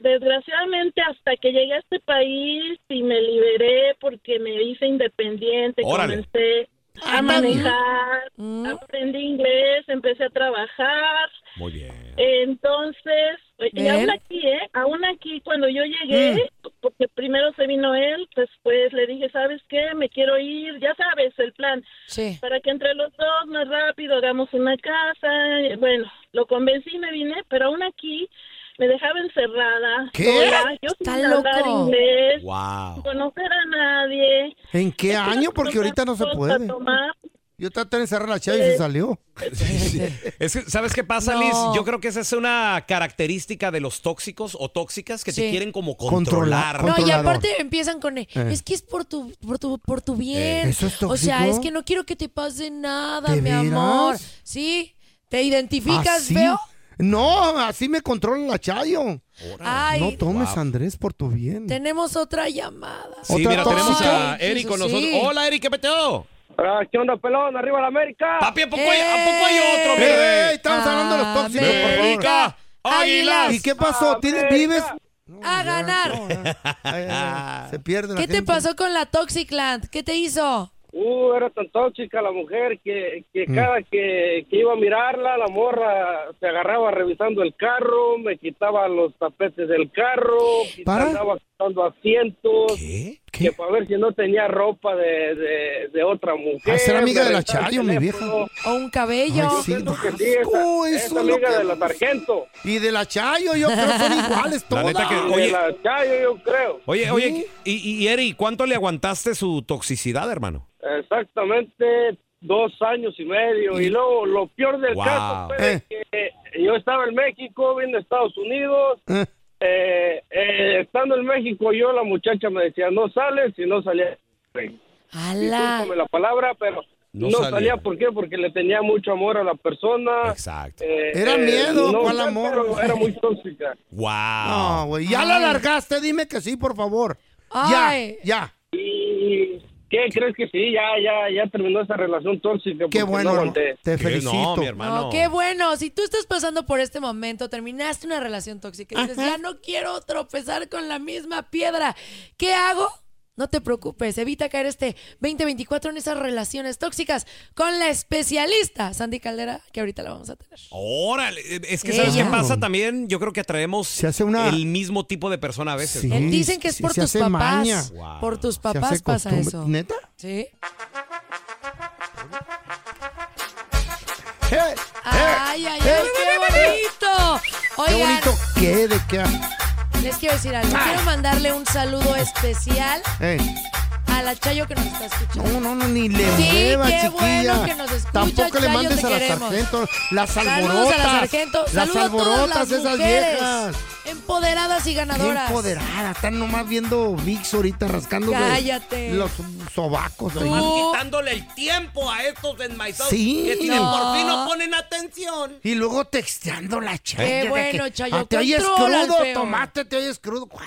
Speaker 13: desgraciadamente hasta que llegué a este país y me liberé porque me hice independiente,
Speaker 3: Órale.
Speaker 13: comencé a manejar, aprendí inglés, empecé a trabajar.
Speaker 3: Muy bien.
Speaker 13: Entonces, y
Speaker 3: Bien.
Speaker 13: aún aquí, ¿eh? Aún aquí, cuando yo llegué, porque primero se vino él, después le dije, ¿sabes qué? Me quiero ir, ya sabes, el plan.
Speaker 4: Sí.
Speaker 13: Para que entre los dos más rápido hagamos una casa. y Bueno, lo convencí y me vine, pero aún aquí me dejaba encerrada.
Speaker 14: ¿Qué?
Speaker 13: sola, yo sin
Speaker 4: Está
Speaker 13: hablar
Speaker 4: loco.
Speaker 13: inglés, sin
Speaker 14: Wow.
Speaker 13: conocer a nadie.
Speaker 14: ¿En qué año? Porque ahorita no se puede.
Speaker 13: Tomar
Speaker 14: Yo traté de encerrar la chava y se salió.
Speaker 3: Es que, ¿Sabes qué pasa,
Speaker 14: No.
Speaker 3: Liz? Yo creo que esa es una característica de los tóxicos o tóxicas que te
Speaker 4: Sí.
Speaker 3: quieren como
Speaker 14: Controlar,
Speaker 3: controlar.
Speaker 4: No, y aparte empiezan con eh,
Speaker 3: Eh.
Speaker 4: es que es por tu por tu por tu bien.
Speaker 3: Eh. ¿Eso es
Speaker 4: o sea,
Speaker 3: tóxico?
Speaker 4: es que no quiero que te pase nada,
Speaker 14: ¿De
Speaker 4: mi amor.
Speaker 14: veras?
Speaker 4: Sí, ¿te identificas,
Speaker 14: ¿Así?
Speaker 4: feo?
Speaker 14: No, así me controla la Chayo.
Speaker 4: Ay.
Speaker 14: no tomes,
Speaker 4: Wow.
Speaker 14: Andrés, por tu bien.
Speaker 4: Tenemos otra llamada.
Speaker 3: Sí, mira, tenemos a
Speaker 4: Ay,
Speaker 3: Eric con
Speaker 4: Jesús,
Speaker 3: nosotros.
Speaker 4: sí.
Speaker 3: Hola, Eric, ¿qué peteo?
Speaker 15: Ah, ¿Qué onda, pelón? ¡Arriba la América!
Speaker 3: Papi, ¿a poco, hay, ¿a poco hay
Speaker 4: ¡Eh!
Speaker 3: otro,
Speaker 14: ¡Ey!
Speaker 3: brother?
Speaker 14: Estamos hablando de los tóxicos, por favor.
Speaker 3: América, Águilas.
Speaker 14: ¿Y qué pasó? ¿Tienes, ¿Vives?
Speaker 4: A ganar.
Speaker 14: Se pierde la
Speaker 4: ¿Qué te
Speaker 14: gente.
Speaker 4: pasó con la Toxicland? ¿Qué te hizo?
Speaker 15: Uh, era tan tóxica la mujer que, que
Speaker 8: Mm.
Speaker 15: cada que, que iba a mirarla, la morra se agarraba revisando el carro, me quitaba los tapetes del carro, y
Speaker 14: ¿Para?
Speaker 15: andaba quitando asientos. Que para ver si no tenía ropa de, de, de otra mujer.
Speaker 14: Ah, será amiga
Speaker 15: me
Speaker 14: de la
Speaker 15: rentaba el
Speaker 14: Chayo, mi vieja.
Speaker 15: teléfono.
Speaker 4: O un cabello.
Speaker 15: Yo siento que sí, esa-
Speaker 14: asco,
Speaker 15: esa
Speaker 14: eso es lo
Speaker 15: amiga
Speaker 14: que-
Speaker 15: de la sargento.
Speaker 14: Y de la Chayo, yo creo que son iguales
Speaker 3: La
Speaker 14: todas.
Speaker 3: neta que-
Speaker 15: De
Speaker 3: oye,
Speaker 15: la Chayo, yo creo.
Speaker 3: oye, oye, y, y- y Eric, ¿cuánto le aguantaste su toxicidad, hermano?
Speaker 15: Exactamente dos años y medio. Y luego lo peor del
Speaker 3: Wow.
Speaker 15: caso fue
Speaker 14: Eh.
Speaker 15: de que yo estaba en México, vine a Estados Unidos. Eh, eh, estando en México, yo la muchacha me decía, no sales si no salía. Discúlpame la palabra, pero
Speaker 14: No
Speaker 15: no,
Speaker 14: salía.
Speaker 15: salía. ¿Por qué? Porque le tenía mucho amor a la persona. Eh,
Speaker 3: Exacto.
Speaker 14: Era miedo, ¿cuál
Speaker 15: amor? era muy tóxica.
Speaker 3: ¡Wow! Ah.
Speaker 14: No, güey, ya la
Speaker 15: Ay.
Speaker 14: largaste, dime que sí, por favor.
Speaker 15: Ay.
Speaker 14: Ya, ya.
Speaker 15: ¿Y qué crees que sí? Ya, ya, ya terminó esa relación tóxica. porque
Speaker 14: bueno,
Speaker 15: no
Speaker 14: hermano.
Speaker 15: aguanté.
Speaker 14: Te felicito. mi
Speaker 4: No, Oh, qué bueno. Si tú estás pasando por este momento, terminaste una relación tóxica y dices, ya no quiero tropezar con la misma piedra. ¿Qué hago? No te preocupes, evita caer este 2024 en esas relaciones tóxicas con la especialista Sandy Caldera, que ahorita la vamos a tener.
Speaker 3: Órale, es que ¿sabes
Speaker 4: Ella.
Speaker 3: qué pasa también? Yo creo que atraemos el mismo tipo de persona a veces. ¿no?
Speaker 4: Eh, Dicen que es por tus papás.
Speaker 3: Wow.
Speaker 4: Por tus
Speaker 3: Se hace
Speaker 4: papás pasa
Speaker 3: costumbre.
Speaker 4: eso.
Speaker 14: ¿Neta?
Speaker 4: Sí.
Speaker 14: Eh,
Speaker 4: Ay, ay, ay, qué bonito.
Speaker 14: Qué
Speaker 4: Oigan,
Speaker 14: eh. bonito que de qué.
Speaker 4: les quiero decir algo. Quiero mandarle un saludo especial a la Chayo que nos está escuchando.
Speaker 14: Eh. No, no, no, ni le
Speaker 4: Sí,
Speaker 14: mueva,
Speaker 4: qué
Speaker 14: chiquilla.
Speaker 4: bueno que nos escucha,
Speaker 14: Tampoco le
Speaker 4: Chayo,
Speaker 14: mandes
Speaker 4: te
Speaker 14: a la
Speaker 4: queremos.
Speaker 14: sargento, las
Speaker 4: Saludos
Speaker 14: alborotas.
Speaker 4: a la sargento.
Speaker 14: Las
Speaker 4: Saludos a todas
Speaker 14: alborotas,
Speaker 4: las
Speaker 14: esas
Speaker 4: mujeres
Speaker 14: viejas.
Speaker 4: Empoderadas y
Speaker 14: Qué
Speaker 4: ganadoras.
Speaker 14: empoderada, están nomás viendo VIX ahorita rascándose
Speaker 4: Cállate.
Speaker 14: los sobacos.
Speaker 4: Tú.
Speaker 14: ahí.
Speaker 8: Quitándole el tiempo a estos enmaizados
Speaker 14: Sí.
Speaker 8: que si de
Speaker 14: No.
Speaker 8: por fin no ponen atención.
Speaker 14: Y luego texteando la chaya.
Speaker 8: Qué
Speaker 14: de
Speaker 8: bueno,
Speaker 14: que,
Speaker 8: Chayo,
Speaker 14: "Ah, Te oyes
Speaker 8: controla al
Speaker 14: crudo,
Speaker 8: feo".
Speaker 14: tomate, te oyes crudo. ¿Cuál?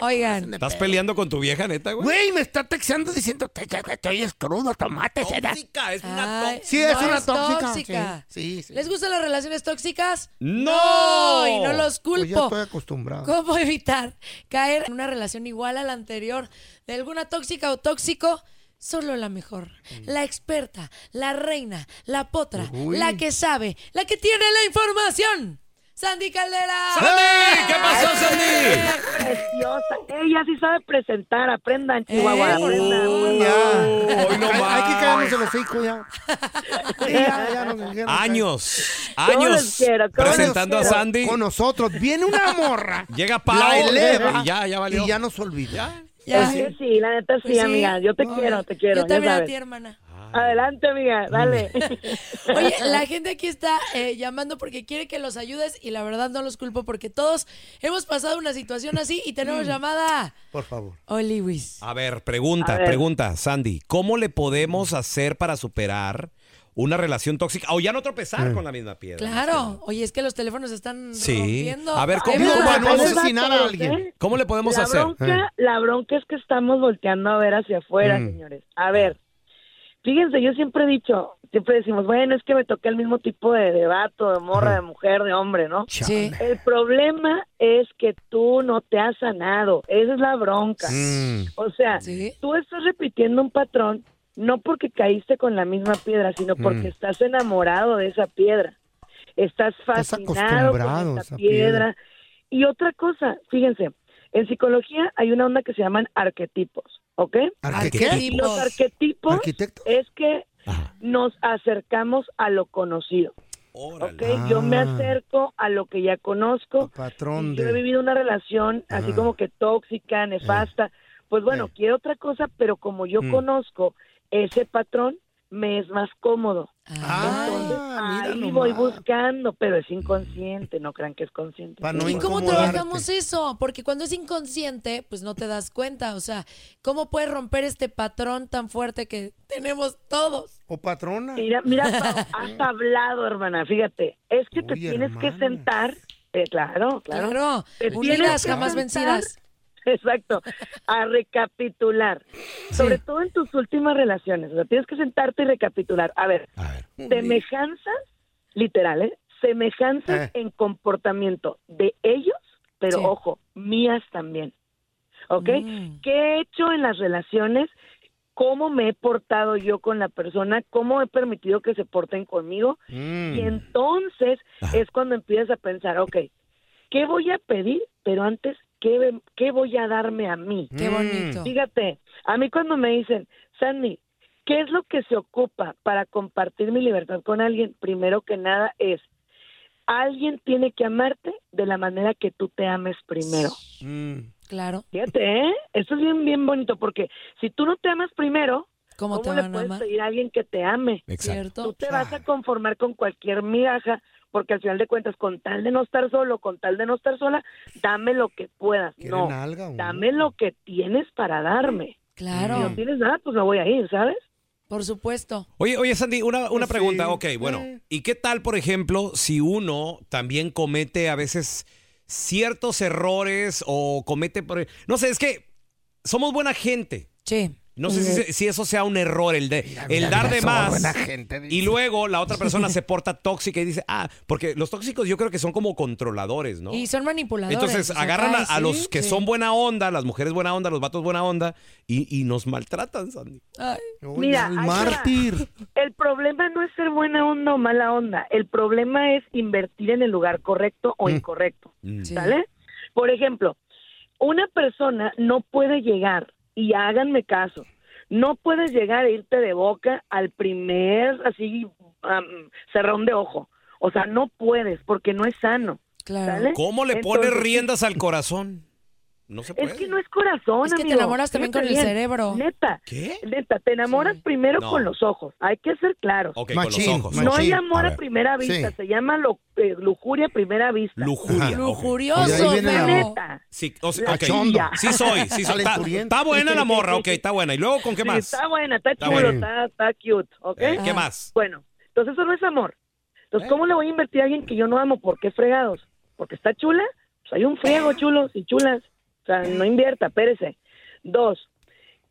Speaker 4: Oigan.
Speaker 3: ¿Estás peleando con tu vieja, neta, güey?
Speaker 14: Güey, me está texteando diciendo, te, te, te- te oyes crudo, tomate. será".
Speaker 8: es
Speaker 4: una tóxica.
Speaker 14: Sí, es una tóxica, sí, sí, sí.
Speaker 4: ¿Les gustan las relaciones tóxicas?
Speaker 14: ¡No!
Speaker 4: Y no los
Speaker 14: Pues ya
Speaker 4: culpo.
Speaker 14: estoy
Speaker 16: Ah.
Speaker 14: acostumbrado.
Speaker 4: ¿Cómo evitar caer en una relación igual a la anterior de alguna tóxica o tóxico? Solo la mejor, la experta, la reina, la potra,
Speaker 16: Mm. Uy.
Speaker 4: la que sabe, la que tiene la información. Sandy Caldera.
Speaker 16: ¡Sandy! ¿Qué pasó, Sandy?
Speaker 9: Preciosa. Ella sí sabe presentar.
Speaker 4: Eh,
Speaker 9: Aprendan, Chihuahua.
Speaker 14: Hay,
Speaker 9: aprendan.
Speaker 14: hay que caernos el hocico ya. Sí, ya, ya nos dijeron.
Speaker 3: Años,
Speaker 14: ¿Cómo
Speaker 3: años
Speaker 14: los quiero? ¿Cómo los
Speaker 3: presentando a
Speaker 14: quiero?
Speaker 3: Sandy.
Speaker 14: Con nosotros. Viene una morra.
Speaker 3: Llega Pau.
Speaker 14: la eleva.
Speaker 3: Y ya, ya valió.
Speaker 14: Y ya nos olvida.
Speaker 9: Pues sí, sí, la neta sí,
Speaker 4: Pues sí.
Speaker 9: amiga. Yo te
Speaker 4: No,
Speaker 9: quiero,
Speaker 4: ya.
Speaker 9: te quiero.
Speaker 4: Yo
Speaker 9: ya
Speaker 4: también a
Speaker 9: sabes.
Speaker 4: ti, hermana.
Speaker 14: Ah.
Speaker 9: Adelante, amiga, dale.
Speaker 4: Oye, la gente aquí está eh, llamando porque quiere que los ayudes y la verdad no los culpo porque todos hemos pasado una situación así y
Speaker 3: Mm.
Speaker 4: tenemos llamada.
Speaker 14: Por favor.
Speaker 4: Oliwis.
Speaker 3: A ver, pregunta,
Speaker 4: A ver.
Speaker 3: pregunta, Sandy. ¿Cómo le podemos hacer para superar una relación tóxica o ya no tropezar
Speaker 14: Eh.
Speaker 3: con la misma piedra?
Speaker 4: Claro. Oye, es que los teléfonos están
Speaker 3: Sí.
Speaker 4: rompiendo.
Speaker 3: A ver, ¿cómo
Speaker 4: Ahí va.
Speaker 3: para no
Speaker 9: Ahí va
Speaker 3: asesinar a
Speaker 9: todos,
Speaker 3: alguien?
Speaker 9: ¿eh?
Speaker 3: ¿Cómo le podemos
Speaker 9: la
Speaker 3: hacer?
Speaker 9: Bronca, La bronca es que estamos volteando a ver hacia afuera,
Speaker 3: Mm.
Speaker 9: señores. A ver, fíjense, yo siempre he dicho, siempre decimos, bueno, es que me toca el mismo tipo de, de vato, de morra, de mujer, de hombre, ¿no?
Speaker 4: Sí.
Speaker 9: El problema es que tú no te has sanado. Esa es la bronca.
Speaker 14: Mm.
Speaker 9: O sea, tú estás repitiendo un patrón no porque caíste con la misma piedra, sino porque
Speaker 14: Mm.
Speaker 9: estás enamorado de esa piedra. Estás fascinado
Speaker 14: acostumbrado
Speaker 9: con
Speaker 14: a
Speaker 9: esa
Speaker 14: esa
Speaker 9: piedra.
Speaker 14: piedra.
Speaker 9: Y otra cosa, fíjense, en psicología hay una onda que se llaman arquetipos, ¿ok?
Speaker 14: ¿Arquetipos?
Speaker 9: Y los arquetipos es que nos acercamos a lo conocido. ¿ok? Yo me
Speaker 14: Ah.
Speaker 9: acerco a lo que ya conozco.
Speaker 14: Patrón
Speaker 9: Y Yo he
Speaker 14: de...
Speaker 9: vivido una relación así
Speaker 14: Ah.
Speaker 9: como que tóxica, nefasta. Pues bueno, quiero otra cosa, pero como yo
Speaker 14: Mm.
Speaker 9: conozco ese patrón, me es más cómodo.
Speaker 14: Ah,
Speaker 9: Entonces, ahí voy buscando, pero es inconsciente, no crean que es consciente.
Speaker 4: ¿Y cómo trabajamos eso? Porque cuando es inconsciente, pues no te das cuenta. O sea, ¿cómo puedes romper este patrón tan fuerte que tenemos todos?
Speaker 14: O patrona.
Speaker 9: Mira, mira, Pau, has hablado, hermana, fíjate. Es que te tienes que sentar. eh, claro, claro.
Speaker 4: Claro,
Speaker 9: Te
Speaker 4: unidas,
Speaker 9: tienes que
Speaker 4: jamás
Speaker 9: sentar,
Speaker 4: vencidas.
Speaker 9: Exacto. A recapitular. Sobre todo en tus últimas relaciones. O sea, tienes que sentarte y recapitular. A ver, semejanzas, literal, ¿eh? Semejanzas en comportamiento de ellos, pero
Speaker 17: Sí.
Speaker 9: ojo, mías también. ¿Ok? ¿Qué he hecho en las relaciones? ¿Cómo me he portado yo con la persona? ¿Cómo he permitido que se porten conmigo? Y entonces es cuando empiezas a pensar, ok, ¿qué voy a pedir? Pero antes, ¿qué, ve- qué voy a darme a mí?
Speaker 4: Qué
Speaker 3: Mm.
Speaker 4: bonito.
Speaker 9: Fíjate, a mí cuando me dicen, Sandy, ¿qué es lo que se ocupa para compartir mi libertad con alguien? Primero que nada es, alguien tiene que amarte de la manera que tú te ames primero.
Speaker 4: Claro.
Speaker 9: Fíjate, ¿eh? Esto es bien, bien bonito porque si tú no te amas primero,
Speaker 4: ¿Cómo
Speaker 9: ¿cómo,
Speaker 4: te van
Speaker 9: le
Speaker 4: a
Speaker 9: puedes
Speaker 4: amar?
Speaker 9: pedir a alguien que te ame?
Speaker 4: Exacto. ¿Cierto?
Speaker 9: Tú te vas a conformar con cualquier migaja porque al final de cuentas, con tal de no estar solo, con tal de no estar sola, dame lo que puedas.
Speaker 14: ¿Quieren
Speaker 9: No,
Speaker 14: alga o no?
Speaker 9: dame lo que tienes para darme.
Speaker 4: Claro.
Speaker 9: Si no tienes nada, pues me voy a ir, ¿sabes?
Speaker 4: Por supuesto.
Speaker 3: Oye, oye, Sandy, una, una pregunta. Ok,
Speaker 14: eh.
Speaker 3: bueno. ¿Y qué tal, por ejemplo, si uno también comete a veces ciertos errores o comete... por- e-, No sé, es que somos buena gente.
Speaker 4: Sí.
Speaker 3: No sé si, se- si eso sea un error, el, de, el
Speaker 14: mira,
Speaker 3: dar
Speaker 14: mira,
Speaker 3: de
Speaker 14: somos
Speaker 3: más.
Speaker 14: buena gente, dice.
Speaker 3: y luego la otra persona se porta tóxica y dice, ah, porque los tóxicos yo creo que son como controladores, ¿no?
Speaker 4: Y son manipuladores.
Speaker 3: Entonces
Speaker 4: o sea,
Speaker 3: agarran a,
Speaker 4: ay,
Speaker 3: a
Speaker 4: sí,
Speaker 3: los que
Speaker 4: sí.
Speaker 3: son buena onda, las mujeres buena onda, los vatos buena onda, y, y nos maltratan, Sandy.
Speaker 4: Ay.
Speaker 9: Mira, ahí te va. El problema no es ser buena onda o mala onda. El problema es invertir en el lugar correcto o incorrecto.
Speaker 3: Mm.
Speaker 9: ¿Sale? Por ejemplo, una persona no puede llegar, y háganme caso, No puedes llegar e irte de boca al primer así am, cerrón de ojo. O sea, no puedes porque no es sano. ¿sale?
Speaker 3: ¿Cómo le pones
Speaker 9: Entonces,
Speaker 3: riendas al corazón? No se puede.
Speaker 9: Es que no es corazón,
Speaker 4: Es que te
Speaker 9: amigo.
Speaker 4: enamoras también con el
Speaker 9: bien,
Speaker 4: cerebro.
Speaker 9: Neta.
Speaker 3: ¿Qué?
Speaker 9: Neta, te enamoras primero
Speaker 3: No.
Speaker 9: con los ojos. Hay que ser claros.
Speaker 3: Ok, con los Machín, ojos.
Speaker 9: No
Speaker 3: machín.
Speaker 9: hay
Speaker 3: A
Speaker 9: amor a,
Speaker 3: ver.
Speaker 9: primera vista.
Speaker 3: Sí.
Speaker 9: Se llama lo- eh, lujuria a primera vista.
Speaker 3: Lujuria, Ajá. ok.
Speaker 4: Lujurioso,
Speaker 3: Y ahí viene el amor.
Speaker 9: Neta.
Speaker 3: Sí, o sea,
Speaker 9: La
Speaker 3: ok.
Speaker 9: chilla.
Speaker 3: sí soy, sí soy. Está,
Speaker 9: Calenturienta.
Speaker 3: está buena la morra, ok, está buena. ¿Y luego con qué
Speaker 9: Sí,
Speaker 3: más?
Speaker 9: está buena, está,
Speaker 3: Está
Speaker 9: chulo,
Speaker 3: buena.
Speaker 9: está, está cute, ¿ok?
Speaker 3: Eh, ¿qué más?
Speaker 9: Bueno, entonces eso no es amor.
Speaker 14: Eh.
Speaker 9: Entonces, ¿cómo le voy a invertir a alguien que yo no amo? ¿Por qué fregados? ¿Porque está chula? Pues hay un friego, chulos y chulas. O sea, no invierta, espérese. Dos,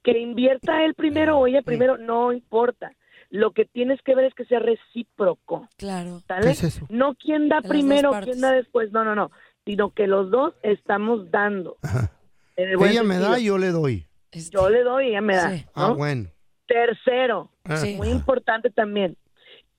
Speaker 9: que invierta él primero o ella primero, no importa. Lo que tienes que ver es que sea recíproco.
Speaker 4: Claro.
Speaker 9: ¿sale?
Speaker 4: ¿Qué es eso?
Speaker 9: No quién da
Speaker 4: De las
Speaker 9: primero,
Speaker 4: dos partes.
Speaker 9: quién da después, no, no, no. Sino que los dos estamos dando. En el buen
Speaker 14: Ella me da,
Speaker 9: sentido.
Speaker 14: yo le doy.
Speaker 9: Yo le doy y ella me da.
Speaker 14: Ah,
Speaker 9: ¿no?
Speaker 14: bueno.
Speaker 9: Tercero,
Speaker 14: Ah. Sí.
Speaker 9: muy importante también,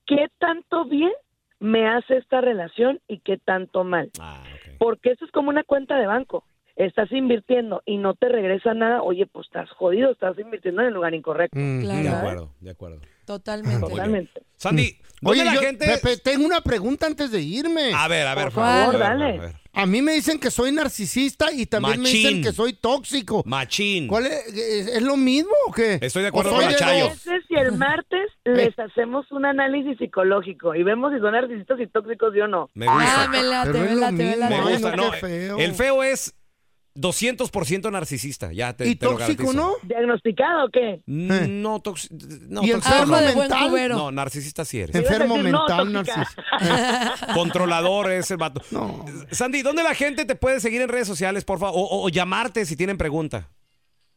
Speaker 9: ¿qué tanto bien me hace esta relación y qué tanto mal?
Speaker 3: Ah,
Speaker 9: Porque eso es como una cuenta de banco. Estás invirtiendo y no te regresa nada, oye, pues estás jodido, estás invirtiendo en el lugar incorrecto.
Speaker 2: Mm,
Speaker 14: Mm.
Speaker 3: De acuerdo, de acuerdo.
Speaker 4: Totalmente.
Speaker 9: Totalmente.
Speaker 3: Sandy,
Speaker 14: Oye,
Speaker 3: ¿dónde la
Speaker 14: yo,
Speaker 3: gente- Ah.
Speaker 14: Pepe, tengo una pregunta antes de irme.
Speaker 3: A ver, a ver,
Speaker 14: Por
Speaker 3: a ver,
Speaker 14: favor,
Speaker 3: a ver,
Speaker 14: dale.
Speaker 3: a ver.
Speaker 14: A mí me dicen que soy narcisista y también me
Speaker 3: Machín.
Speaker 14: dicen que soy tóxico.
Speaker 3: Machín.
Speaker 14: ¿Cuál es, es- es lo mismo o qué?
Speaker 3: Estoy de
Speaker 14: acuerdo con la Chayo.
Speaker 9: Entonces, si el martes les hacemos un análisis psicológico y vemos si son narcisistas y tóxicos, yo no.
Speaker 3: Me gusta.
Speaker 4: Ah, me late, me late, me late.
Speaker 3: Me gusta,
Speaker 4: Ay,
Speaker 3: no.
Speaker 4: no, qué feo.
Speaker 3: El feo es 200% narcisista, ya te, te lo garantizo.
Speaker 2: Mm.
Speaker 3: Mm,
Speaker 9: ¿Diagnosticado o qué?
Speaker 3: No, tóxico. No,
Speaker 9: ¿Y
Speaker 3: tóxico no.
Speaker 9: enfermo de buen mental? cubero.
Speaker 3: No, narcisista sí eres.
Speaker 14: Enfermo
Speaker 9: Iba a decir, no,
Speaker 14: mental,
Speaker 9: tóxica.
Speaker 14: narcisista.
Speaker 3: Controlador es el vato. Sandy, ¿dónde la gente te puede seguir en redes sociales, por favor? O, o- o llamarte si tienen pregunta.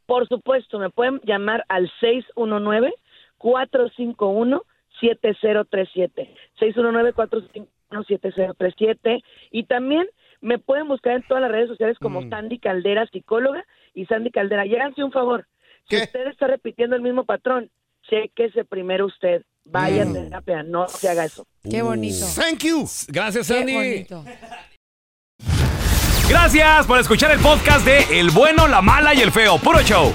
Speaker 9: Por supuesto, me pueden llamar al 619-451-7037. 619-451-7037. Y también me pueden buscar en todas las redes sociales como Sandy Caldera, psicóloga, y Sandy Caldera. Y háganse un favor. Si usted está repitiendo el mismo patrón, chequese primero usted. Vaya a terapia, no se haga eso.
Speaker 4: Qué bonito.
Speaker 14: Thank you.
Speaker 3: Gracias,
Speaker 4: Qué
Speaker 3: Sandy.
Speaker 4: bonito.
Speaker 1: Gracias por escuchar el podcast de El bueno, la mala y el feo. Puro show.